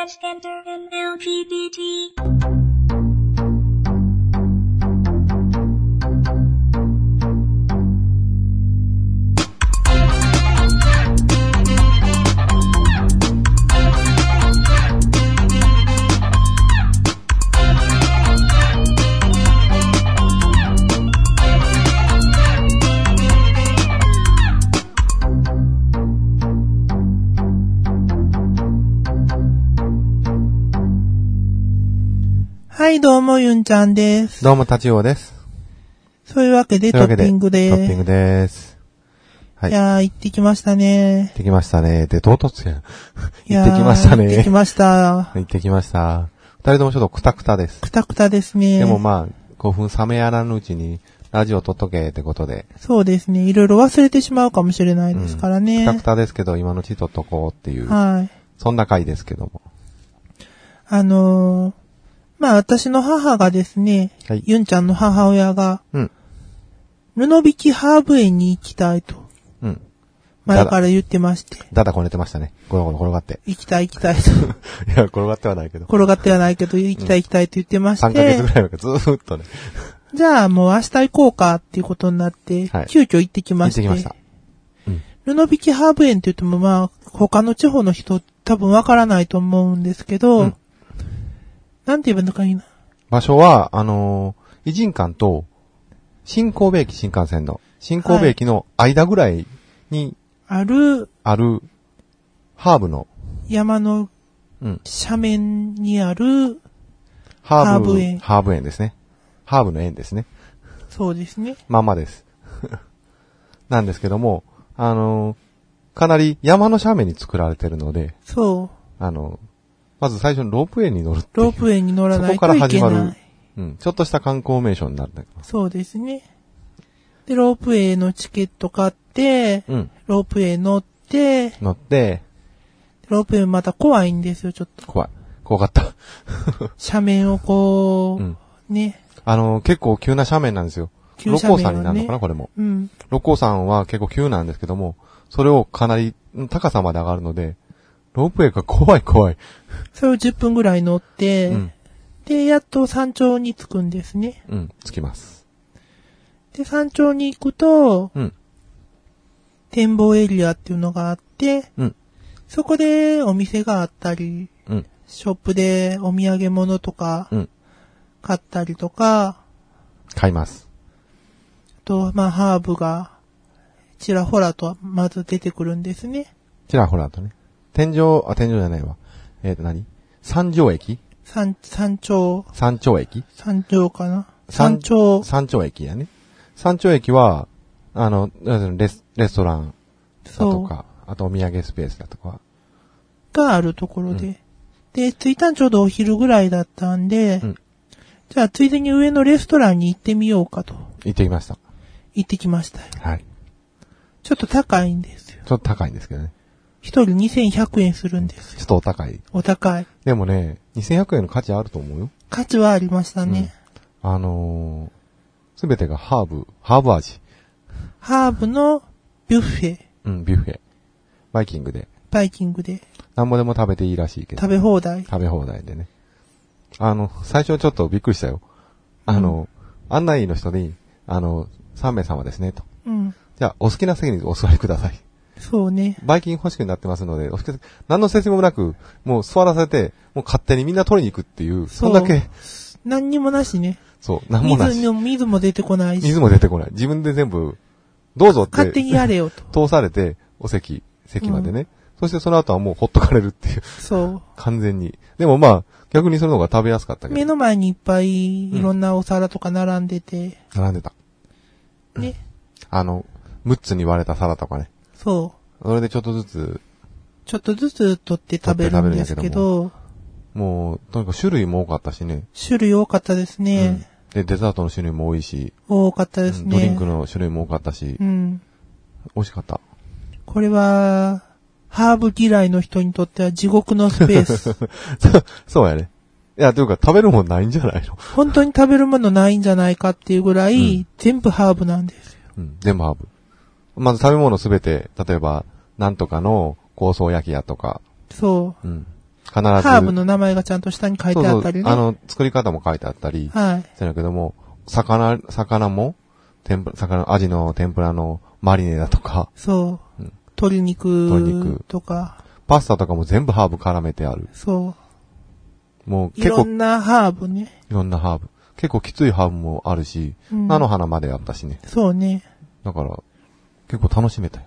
transgender and LGBT. はい、どうも、ゆんちゃんです。どうも、タチウオです。そういうわけで、とトいうわけッピングでトッピングです。はす。いい。行やー、行ってきましたねっ。てきましたね。で、唐突やん。いやー行ってきましたね行ってきました。行ってきました。二人ともちょっとクタクタです。くたくたですね。でもまあ、興奮冷めやらぬうちに、ラジオ撮っとけってことで。そうですね。いろいろ忘れてしまうかもしれないうんですからクね。タクタですけど、今のうち撮っとこうっていう、はい。そんな回ですけども。あのー、まあ私の母がですね、はいゆんちゃんの母親が、うん。布引きハーブ園に行きたいと、うん。前から言ってまして、だだこねてましたね。ゴロゴロ転がって。 行きたい行きたいと、いや、転がってはないけど。転がってはないけど、行きたい行きたいと言ってまし3ヶ月てぐ、らい前からずーっとね、じゃあもう明日行こうかっていうことになって、はい急遽行ってき行まっしててきました。布引きハーブ園って言ってもまあ、他の地方の人多分わからないと思うんですけど、うんなんて言えばいいのかいいな。場所は、あのー、偉人館と、新神戸駅新幹線の、新神戸駅の間ぐらいにあるある、ハーブの、山のうん、斜面にある、ハハーーブ、ブ園ハーブ園ですね。ハーブの園ですね。そうですね。まんまです。 なんですけども、あのー、かなり山の斜面に作られてるので、そあのー、まず最初にロープウェイに乗るってう。いうロープウェイに乗らなそいことからい始けまるない。うん、ちょっとした観光名所になるんだけど。そうですね。で、ロープウェイのチケット買って、うん。ロープウェイ乗って、乗って、ロープウェイまた怖いんですよ、ちょっと。怖い。怖かった。斜面をこう、うんね。あのー、結構急な斜面なんですよ。急六斜面を甲ね山になるのかな、これも。うん。六甲山は結構急なんですけども、それをかなりうん高さまで上がるので、ロープウェイが怖い怖い。それを10分ぐらい乗って、うん。で、やっと山頂に着くんですね。うん。つきます。で、山頂に行くと、うん。展望エリアっていうのがあって、うん。そこでお店があったり、うん。ショップでお土産物とかうん。買ったりとか、買います。あと、まあ、ハーブが、ちらほらと、まず出てくるんですね。ちらほらとね。天井、あ、天井じゃないわ。えっ、と何、三条駅山、山頂、三条駅山頂かな山山頂、三条駅やね。三条駅は、あの、レス、レストランだとそう、か、あとお土産スペースだとか。があるところで。で、着いたんちょうどお昼ぐらいだったんで、うんじゃあ、ついでに上のレストランに行ってみようかと、行ってきました。行ってきましたよ。はい。ちょっと高いんですよ。ちょっと高いんですけどね。一人2100円するんですちよ。ょっとお高い。お高い。でもね、2100円の価値あると思うよ。価値はありましたね。あのー、すべてがハーブ、ハーブ味。ハーブのビュッフェ、うん、ビュッフェ。バイキングで。バイキングで何もでも食べていいらしいけど。食べ放題。食べ放題でね。あの、最初ちょっとびっくりしたよ。あの、案内の人に、あの、3名様ですね、と。うん。じゃあ、お好きな席にお座りください。そうね。バイキン欲しくなってますので、お好きな何の説明もなく、もう座らせて、もう勝手にみんな取りに行くっていう、そうんだけ、何にもなしね。そう、なんもな水し。の、水も出てこないし。水も出てこない。自分で全部、どうぞって。勝手にやれよと。通されて、お席、席までね。そしてその後はもうほっとかれるっていう、そ完全に。でもまあ、逆にその方が食べやすかったう。け目ど。の前にいっぱいいろんなお皿とか並んでて、並んでた。ね。あの、6つに割れた皿とかね。そう。それでちょっとずつ、ちょっとずつ取って食べるんですけ取って食べるんだけどど、もう、とにかく種類も多かったしね。種類多かったですね。で、デザートの種類も多いし、多かったですうんドリねンク。の種類も多かったし、うん。美味しかった。 これは、ハーブ嫌いの人にとっては地獄のスペース。 そうやね。いや、というか食べるもんないんじゃないの本当に食べるものないんじゃないかっていうぐらい、全部ハーブなんですよ。うん、全部ハーブ。まず食べ物すべて、例えば、なんとかの香草焼きやとか、そうん。必ず。ハーブの名前がちゃんと下に書いてあったりね。そうそうあの、作り方も書いてあったり、はい。してるけども、魚、魚も、天ぷら、魚、アジの天ぷらのマリネだとか、そう。うん鶏鶏肉肉とか、パスタとかも全部ハーブ絡めてある。そもうう。い結ろ構、いんなハーブね。ろんなハーブ。結構きついハーブもあるし、うん菜の花まであったしね。そうね。だから、結構楽しめたよ。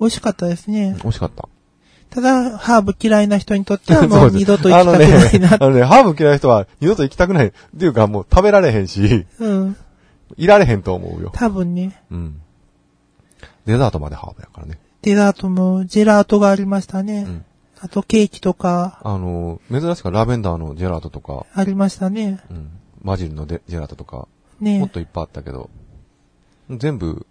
美味しかったですね。美味しかった。ただ、ハーブ嫌いな人にとってはも そうです二度と行きたくないなあのね、あのねハーブ嫌いな人は二度と行きたくない。っていうかもう食べられへんし、うん。いられへんと思うよ。多分ね、うん。デザートまでハーブやからね。デザートもジェラートがありましたね。うんあとケーキとかあの、珍しくラベンダーのジェラートとか、ありましたね。うん。バジルのデジェラートとか、もっねといっぱいあったけど、全部、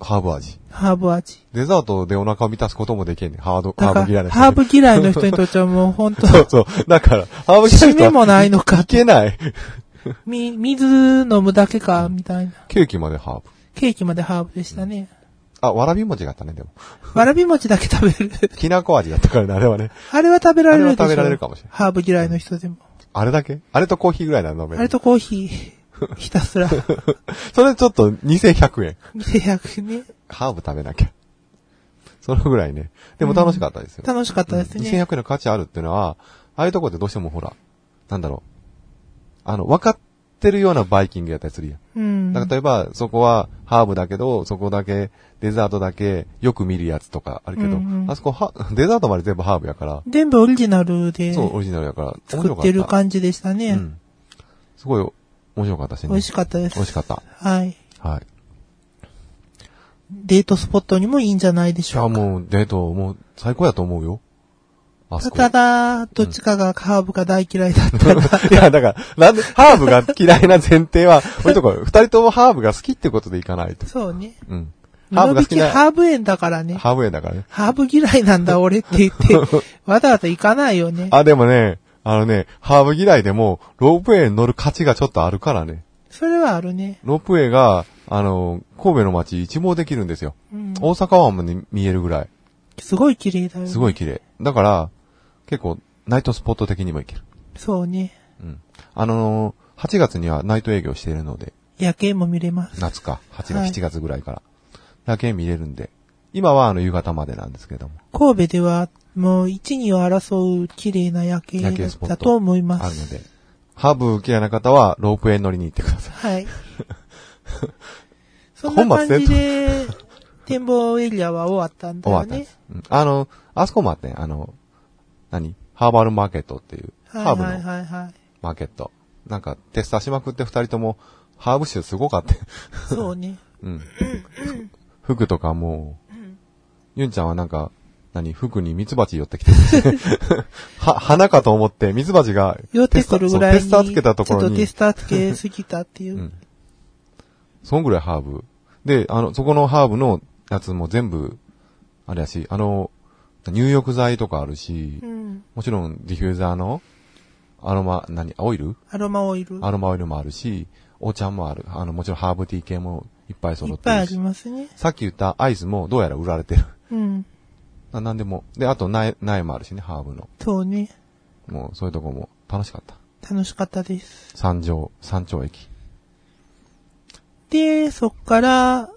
ハーブ味。ハーブ味。デザートでお腹を満たすこともできんねん。ハード、ハだかーブ嫌いら、なハーブ人、嫌いの人にとってはもう本当 そうそう。だから、ハーブ嫌い締な人めはもないのかい。けない。み、水飲むだけか、みたいな。ケーキまでハーブ。ケーキまでハーブでしたね。あ、わらび餅があったね、でも。わらび餅だけ食べ る。きなこ味だったからね、あれはね。あれは食べられるでしょあれは食べられるかもしれないハーブ嫌いの人でも。あれだけあれとコーヒーぐらいなら飲めある。れとコーヒー、ひたす ら、それちょっと2100円。 200ね。ハーブ食べなきゃ。そのぐらいね。でも楽しかったですよ。楽しかったですね。 2100円の価値あるっていうのは、ああいうとこってどうしてもほら、なんだろう。あの、分かってるようなバイキングやったりするやん。うん。だから例えば、そこはハーブだけど、そこだけデザートだけよく見るやつとかあるけど、うんうんあそこは、デザートまで全部ハーブやから、全部オリジナルでそう、オリジナルやから、面作白かった。ってる感じでしたうね。ん。すごい面白かったしね。美味しかったです。美味しかった。はい。はい。デートスポットにもいいんじゃないでしいや、ょうか。もうデート、もう最高やと思うよ。あそこ。ただ、どっちかがハーブが大嫌いだったら、 いや、だから、なんで、ハーブが嫌いな前提は、こういうところ、二人ともハーブが好きってことでいかないと。 そうね。うん。ハハーブーがブ好きな、ハハーブ園だからね。ーブ園だからね。ハーブ嫌いなん だ俺って言って、わざわざ行かないよね。あ、でもね、あのね、ハーブ嫌いでも、ロープウェイに乗る価値がちょっとあるからね。それはあるね。ロープウェイが、あの、神戸の街一望できるんですよ。うん。大阪湾もね見えるぐらい。すごい綺麗だよ。すごい。綺麗。だから、結構、ナイトスポット的にもいける。そうね。うん。あのー、8月にはナイト営業しているので、夜景も見れます。夏か、8月、はい7月ぐらいから、だけ見れるんで、今はあの夕方までなんですけども、神戸では、もう一二を争う綺麗な夜景夜景スポッだトと思いまあるのす。で、ハーブ嫌いな方はロープウェイ乗りに行ってくだ さい。 はい。そんな感じで、展望エリアは終わったんだ終わよったんね。です。うんあの、あそこもあって、あの、何ハーバルマーケットっていう、はいハーブはいのはいはい。マーケット。なんか、テスターしまくって二人とも、ハーブ臭すごかった。そうね。うん。服とかもう、ユンちゃんはなんか、何服にミツバチ寄っ てきてる。は、花かと思って、ミツバチが、寄ってくるぐらいに。テスターそうテスターつけたところちょっとテに。。ス、ターつけすぎたっていううんそんぐらいハーブ。で、あの、そこのハーブのやつも全部、あれやし、あの、入浴剤とかあるしう、ん。もちろんディフューザーの、アロマ、何、オイルアロマオイル。いアロマオイルもあるし、お茶もある。あの、もちろんハーブティー系もいっぱい揃っってぱいあるりし。ますね。さっき言ったアイスもどうやら売られてる。 うん。ななんでも。で、あと苗、苗もあるしね、ハーブの。そうね。もう、そういうとこも楽しかった。楽しかったです。山頂、山頂駅。で、そっから、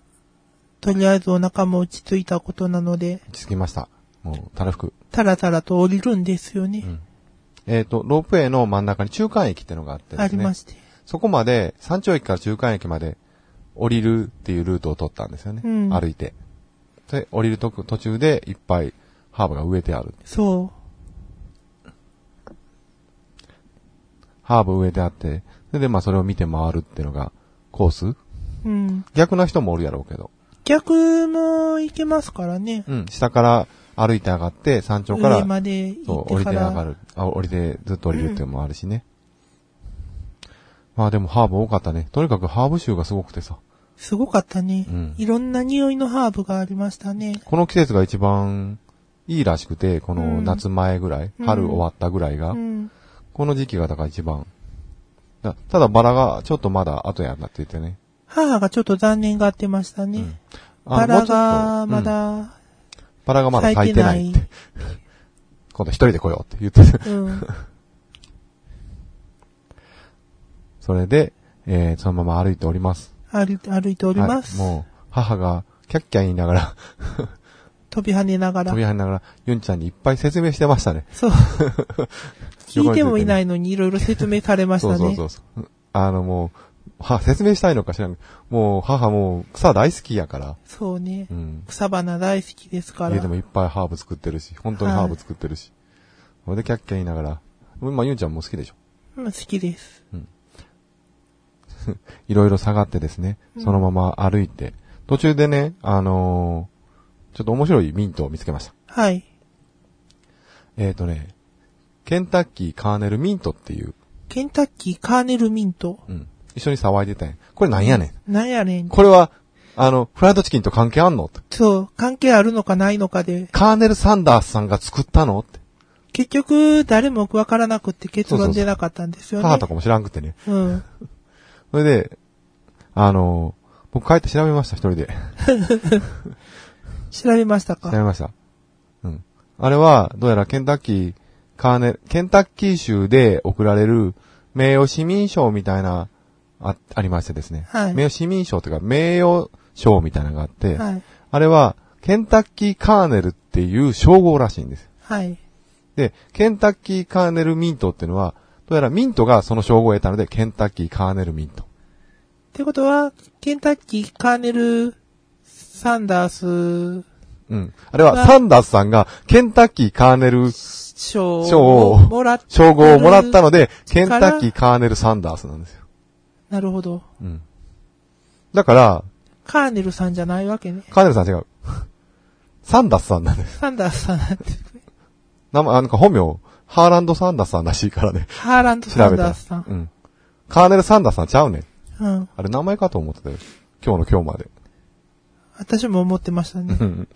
とりあえずお腹も落ち着いたことなので、着きました。もう、たらふく。たらたらと降りるんですよね。んえっ、と、ロープウェイの真ん中に中間駅ってのがあってですね。ありまして。そこまで、山頂駅から中間駅まで降りるっていうルートを取ったんですよね。うん歩いて。で、降りるとこ途中でいっぱいハーブが植えてある。そハーブ植えてあって、それでまあそれを見て回るっていうのがコースう。うん。逆な人もおるやろうけど。逆も行けますからね。うん。下から歩いて上がって、山頂から上まで行そう、っ降てりかてら。上がる。あ、降りて、ずっと降りるっていうのもあるしね。まあでもハーブ多かったね。とにかくハーブ臭がすごくてさ。すごかったね、うんいろんな匂いのハーブがありましたね。この季節が一番いいらしくて、この夏前ぐらい、うん春終わったぐらいが、うん。この時期がだから一番。だただバラがちょっとまだ後やなって言ってね。母がちょっと残念がってましたね。うんあバラもうちょっとがうんまだバラがまだ咲いてないって。 今度一人で来ようって言って、うん。 それで、えー、そのまま歩いております。歩歩いております。はい、もう、母が、キャッキャ言いながら、飛び跳ねながら飛び。跳ねながら、ユンちゃんにいっぱい説明してましたね。 そう。聞いてもいないのにいろいろ説明されましたそうね。そうそうそう。あのもう、は、説明したいのか知らん。もう、母もう草大好きやから。そうねう。ん。草花大好きですから。家でもいっぱいハーブ作ってるし、本当にハーブ作ってるし。それでキャッキャ言いながら、まあ、ゆんちゃんも好きでしょ。うん好きです。いろいろ下がってですね、そのまま歩いて、途中でね、あのーちょっと面白いミントを見つけました。はい。えっ、ー、とね、ケンタッキーカーネルミントっていう、ケンタッキーカーネルミント。うん、一緒に騒いでたんや。これなんやねん。なんやねん。これは、あの、フライドチキンと関係あんのってそう、関係あるのかないのかで、カーネル・サンダースさんが作ったのって。結局誰もわからなくって結そうそうそ論う出なかったんですよね。母とかも知らんくてね。うん。それで、あのー僕帰って調べました、一人で。調べました調べかました。うん。あれは、どうやらケンタッキー、カーネル、ケンタッキー州で贈られる名誉市民賞みたいな、あ、ありましてですね。はい名誉市民賞というか、名誉賞みたいなのがあって、はい。あれは、ケンタッキーカーネルっていう称号らしいんです。はい。で、ケンタッキーカーネルミントっていうのは、どうやらミントがその称号を得たので、ケンタッキーカーネルミント。ってことは、ケンタッキーカーネルサンダースうん。あれは、サンダースさんが、ケンタッキーカーネル賞賞ををもらっ称号をもらったので、ケンタッキーカーネル・サンダースなんですよ。なるほど。うん。だから、カーネルさんじゃないわけね。カーネルさん違う。 サンダースさんなんです。サンダースさん なんて、名前、あなんか本名、ハーランド・サンダースさんらしいからね。 ハーランド・調サンべたダーらスさ。。うんん。カーネル・サンダースさんちゃうねん。うん。あれ名前かと思ってたよ。今日の今日まで。私も思ってましたねう。ん。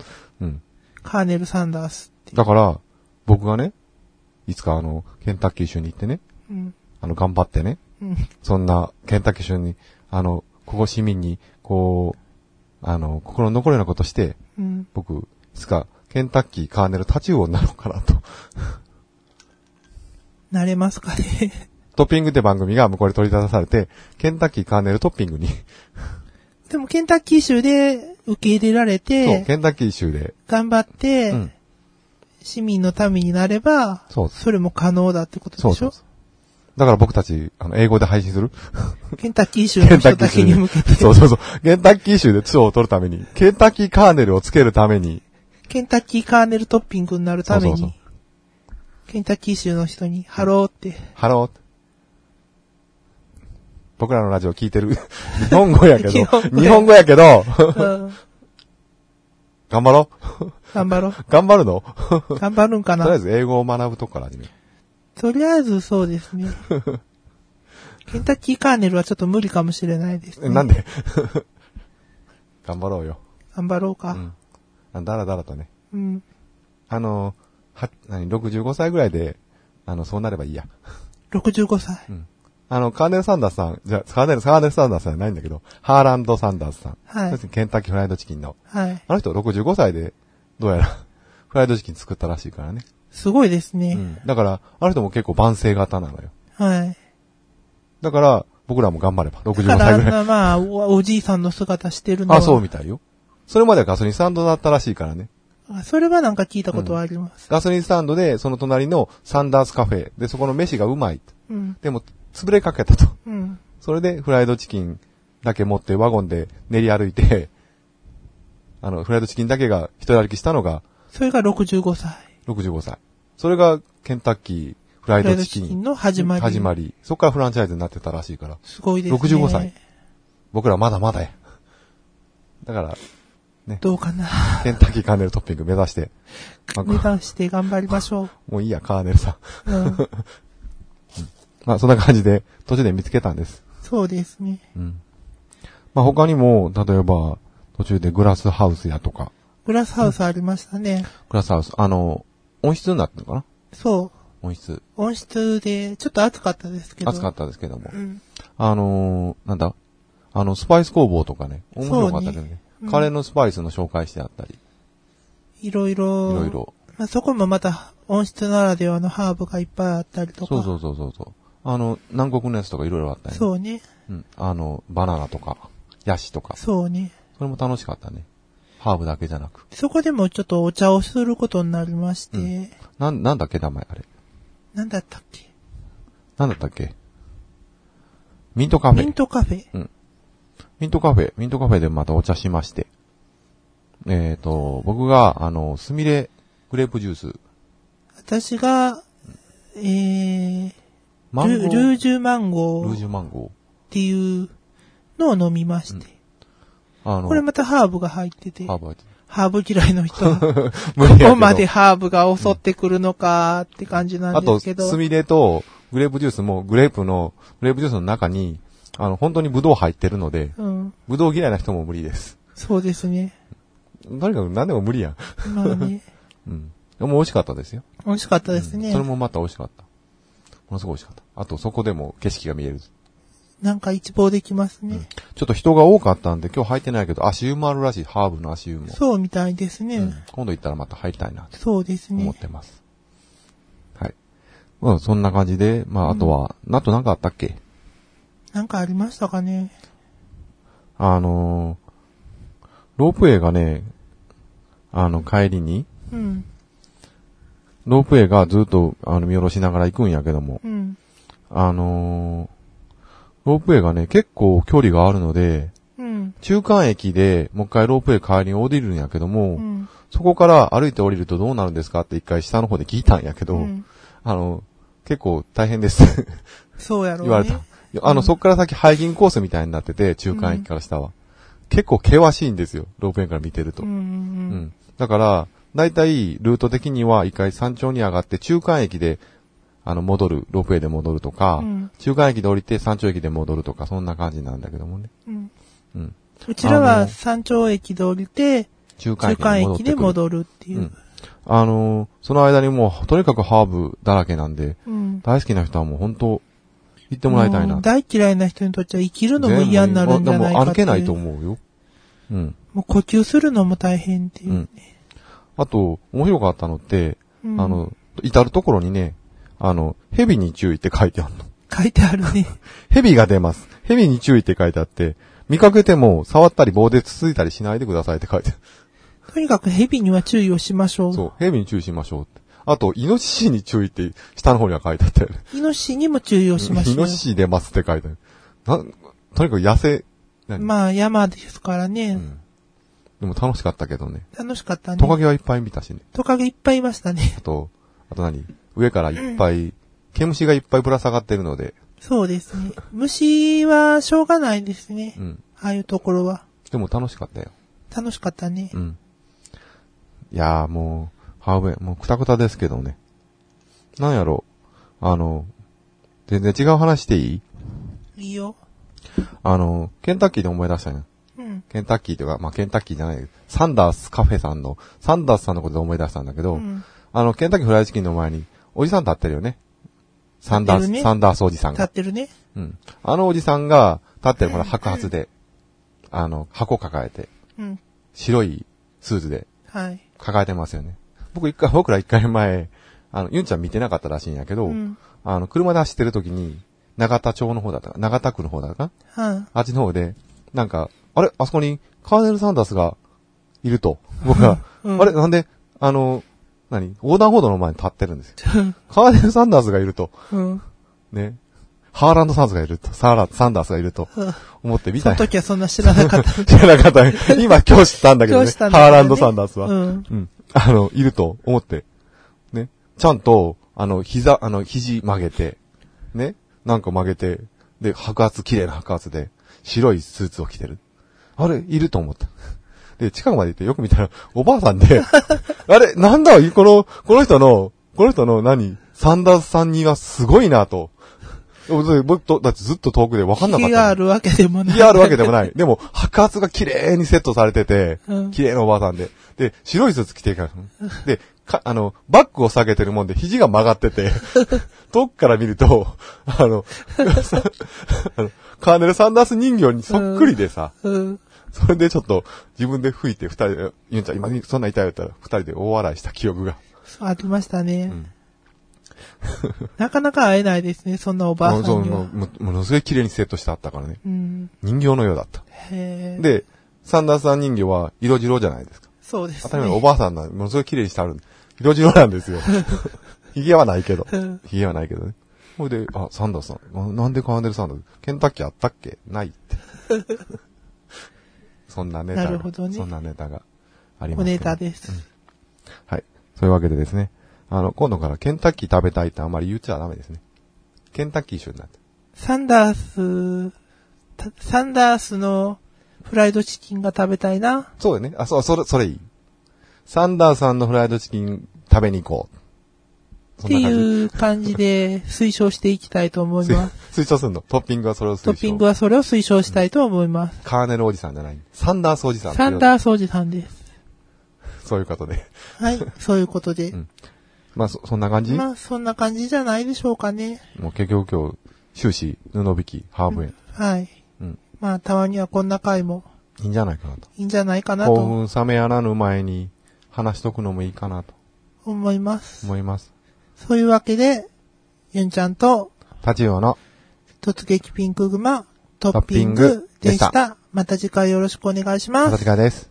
うん。カーネル・サンダースって。だから、僕がね、いつかあの、ケンタッキー州に行ってね、うん。あの、頑張ってね、うん。そんな、ケンタッキー州に、あの、ここ市民に、こう、あの、心残るようなことして、うん。僕、いつか、ケンタッキーカーネルタチウオになろうかなと。 なれますかね。 トッピングって番組が向こうで取り出されて、ケンタッキーカーネルトッピングに、でも、ケンタッキー州で受け入れられそう、て、ケンタッキー州で、頑張って、うん、市民のためになれば、そうですそれも可能だってことでしそょうそうそう。だから僕たち、あの、英語で配信するケンタッキー州ケのンタ人ッキーだ州けに向けて、そうそうそう。 ケンタッキー州で賞を取るために、ケンタッキーカーネルをつけるために、ケンタッキーカーネルトッピングになるために、そうそうケンタッキー州の人に、ハローって、ハロー。僕らのラジオ聞いてる。 日本語やけど、日本語や日本語やけど、うん、頑張ろう。頑張ろう。頑張るの頑張るんかとりあえな。ず英語を学ぶとこから始める。とりあえずそうですね。ケンタッキーカーネルはちょっと無理かもしれないです、えね。なんで 頑張ろうよ。頑張ろうか。うん。あだらだらとね。うん。あの、は、なに、65歳ぐらいで、あの、そうなればいいや。 65歳。あの、カーネル・サンダースさん、じゃあ、カーネル、カーネル・サンダースさんじゃないんだけど、ハーランド・サンダースさん。はいそしてケンタッキー・フライド・チキンの。はい。あの人65歳で、どうやら、フライドチキン作ったらしいからね。すごいですね。うん。だから、あの人も結構万世型なのよ。はい。だから、僕らも頑張れば、65だからあ歳んぐらな、い。まあ、おおじいさんの姿してるのは。あ、そうみたいよ。それまではガソリンスタンドだったらしいからね。あそれはなんか聞いたことはあります。ガソリンスタンドで、その隣のサンダースカフェで、そこの飯がうまい。うん。でも、潰れかけたと。うん。それで、フライドチキンだけ持ってワゴンで練り歩いて、あの、フライドチキンだけが一人歩きしたのがそれが65歳。 65歳。それがケンタッキーフライドチキンフライドチキンの始まり始まり。そこからフランチャイズになってたらしいから。すごいですね。 65歳。僕らまだまだや。だから、どうかな。ケンタッキーカーネルトッピング目指 して。 まあ目指して頑張りましょもういいや、カーネルさん。う。うん。 まあそんな感じで、途中で見つけたんです。そうですね。うん。まあ他にも、例えば、途中でグラスハウスやとか、グラスハウスありましたね。グラスハウス、あの、温室になったのかなそ温室。う。温室で、ちょっと暑かったですけど。暑かっったですけどもた。う。ん。あのー、なんだあの、スパイス工房とかね。面白かったけどそうねね。うんカレーのスパイスの紹介してあったり、いろいろ。いろいろ。まあ、そこもまた温室ならではのハーブがいっぱいあったりとか。そうそうそうそうそう。あの、南国のやつとかいろいろあったね。う。そうね。ん。あの、バナナとか、ヤシとか。そそうね。れも楽しかったね。ハーブだけじゃなく。そこでもちょっとお茶をすることになりまして、うんなん、なんだっけ名前あれ。なんだったっけなんだったっけミントカフェ。ミントカフェ。ミントカフェ、ミントカフェでまたお茶しまして。えっ、と、僕が、あの、スミレグレープジュース、私が、えー、マンゴー、ルルージュマンゴルーージっュマンゴていうのを飲みまして。ー。あの、これまたハーブが入ってて、ハーブ入ってハーブ嫌いの 人は、こ無理やけどこまでハーブが襲ってくるのかって感じなんあでと、すけど。スミレとグレープジュースも、グレープの、グレープジュースの中に、あの、本当にブドウ入ってるので、うん。ブドウ嫌いな人も無理です。そうですね。とにかく何でも無理やん。まあ ね。うん。でも美味しかったですよ。美味しかったですうんねそ。れもまた美味しかった。ものすごい美味しかった。あと、そこでも景色が見える。なんか一望できますね。ちょっと人が多かったんで、今日入ってないけど、足湯もあるらしい。ハーブの足湯も。そうみたいですね。うん今度行ったらまた入りたいなとそうです思ね。ってます。はい。まあ、そんな感じで、まあ、あとは、あとなんかあったっけなんかありましたかね。あのーロープウェイがね、あの、帰りに、うん。ロープウェイがずっと、あの、見下ろしながら行くんやけども、うん。あのーロープウェイがね、結構距離があるので、うん。中間駅でもう一回ロープウェイ帰りに降りるんやけども、うん。そこから歩いて降りるとどうなるんですかって一回下の方で聞いたんやけど、うんあの、結構大変です。そうやろうね。言われた。いやあの、そっから先ハイキングコースみたいになってて、中間駅から下は。結構険しいんですよ、ロープウェイから見てると。うんううんんだから、だいたいルート的には一回山頂に上がって中間駅で、あの、戻る、ロープウェイで戻るとか、うん中間駅で降りて山頂駅で戻るとか、そんな感じなんだけどもね。うん。うん。うん。うちらあはの山頂駅で降りて、中間中駅で間戻っ駅で戻てくる。。るっていううんあのーその間にもう、とにかくハーブだらけなんで、うん。大好きな人はもう本当、行ってもらいたいな。もう大嫌いな人にとっては生きるのも嫌になるんじゃないかでも歩っていけう。ないと思うよ。うん。もう呼吸するのも大変っていう。あと、面白かったのって、うんあ、の、至るところにね、あの、蛇に注意って書いてあるの。書いてあ るね。蛇が出ます。蛇に注意って書いてあって、見かけても触ったり棒でつついたりしないでくださいって書いてある。とにかく蛇には注意をしましょう。そう、蛇に注意しましょうって。あと、イノシシに注意って下の方には書いてあったよね。イノシシにも注意をしましょう。イノシシ出ますって書いてある。な、とにかく野生。何まあ、山ですからね。うん。でも楽しかったけどね。楽しかったね。トカゲはいっぱい見たしね。トカゲいっぱいいましたね。 あと、あと何上からいっぱい、毛虫がいっぱいぶら下がってるので、そうですね。虫はしょうがないですね。うん。ああいうところは。でも楽しかったよ。楽しかったね。うん。いやーもう、ハーブウェイ、もうくたくたですけどね。なんやろあの、全然違う話していいいいよ。あの、ケンタッキーで思い出したんや。うん。ケンタッキーとか、まあ、ケンタッキーじゃない、サンダースカフェさんの、サンダースさんのことで思い出したんだけど、うん。あの、ケンタッキーフライドチキンの前に、おじさん立ってるよね。サンダー立っス、てるねサンダースおじさん立がっ。てるね。うん。あのおじさんが、立ってる、ほら、白髪で、あの、箱抱えて、うん。白いスーツではい。抱えてますよね。僕一回、僕ら一回前、あの、ゆんちゃん見てなかったらしいんやけど、うん。あの、車で走ってる時に、長田町の方だったかな長田区の方だったかなはあっちの方で、なんか、あれあそこに、カーネル・サンダースが、いると。僕は、うんあれなんで、あの、何横断歩道の前に立ってるんですよ。い。カーネル・サンダースがいると。うん。ね。ハーランド・サンダースがいると。サーラ、サンダースがい ると。思って見そたのんや時はそんな知らなかった。知らなかったね。今今日知ったんだけど今ね。日した んだけどねハーランド・サンダースは、ううん。ん。あの、いると思って。ね。ちゃんと、あの、膝、あの、肘曲げて、ね。なんか曲げて、で、白髪、綺麗な白髪で、白いスーツを着てる。あれ、いると思った。で、近くまで行ってよく見たら、おばあさんで、 あれ、なんだ、この、この人の、この人の何、サンダースさんにはすごいなと。僕と、だってずっと遠くで分かんなかったもん。気があるわけでもない。いや、あるわけでもない。でも、白髪が綺麗にセットされててうん、綺麗なおばあさんで。で、白いスーツ着てるから。で、か、あの、バッグを下げてるもんで、肘が曲がっ てて、遠くから見ると、あの、さあのカーネル・サンダース人形にそっくりでさ、うん。それでちょっと、自分で吹いて、二人で、ゆんちゃん、今、そんな痛いよったら、二人で大笑いした記憶が。そうありましたね。ん なかなか会えないですね、そんなおばあさそんうにもはう。もうものすごい綺麗にセットしてあったからね。うん。人形のようだった。へえ。で、サンダースさん人形は色白じゃないですか。そうですね。当たり前のおばあさんなんでものすごい綺麗にしてある。色白な んですよ。髭はないけど。うん髭はないけどね。ほいで、あ、サンダースさん。ななんでカーネルサンダースケンタッキーあったっけないって。 そんなネタが。なるほどねそんなネタがありまおすけネど。タです。はい。そういうわけでですね。あの、今度からケンタッキー食べたいってあんまり言っちゃダメですね。ケンタッキー一緒になって。サンダース、たサンダースのフライドチキンが食べたいな。そうだよね。あ、そう、それ、それいい。サンダーさんのフライドチキン食べに行こう。っそてんな感じ。いう感じで推奨していきたいと思います。推奨するの。トッピングはそ れを推奨。トッピングはそれを推奨したいと思います。カーネルおじさんじゃない。サンダースおじさん。サンーダースおじさんです。そういうことで。 はい、そういうことでう。んまあ、そ、そんな感じ、まあ、そんな感じじゃないでしょうかね。もう結局今日、終始、布引き、ハーブ園。はい。うん。まあ、たまにはこんな回もいいんじゃないかなと。いいんじゃないかなと興奮冷めやらぬ前に、話しとくのもいいかなと思います。思います。そういうわけで、ゆんちゃんと立ちよの。突撃ピンクグマトッピントッグピングででし。したたまた次回よろしくお願いします佐々。木です。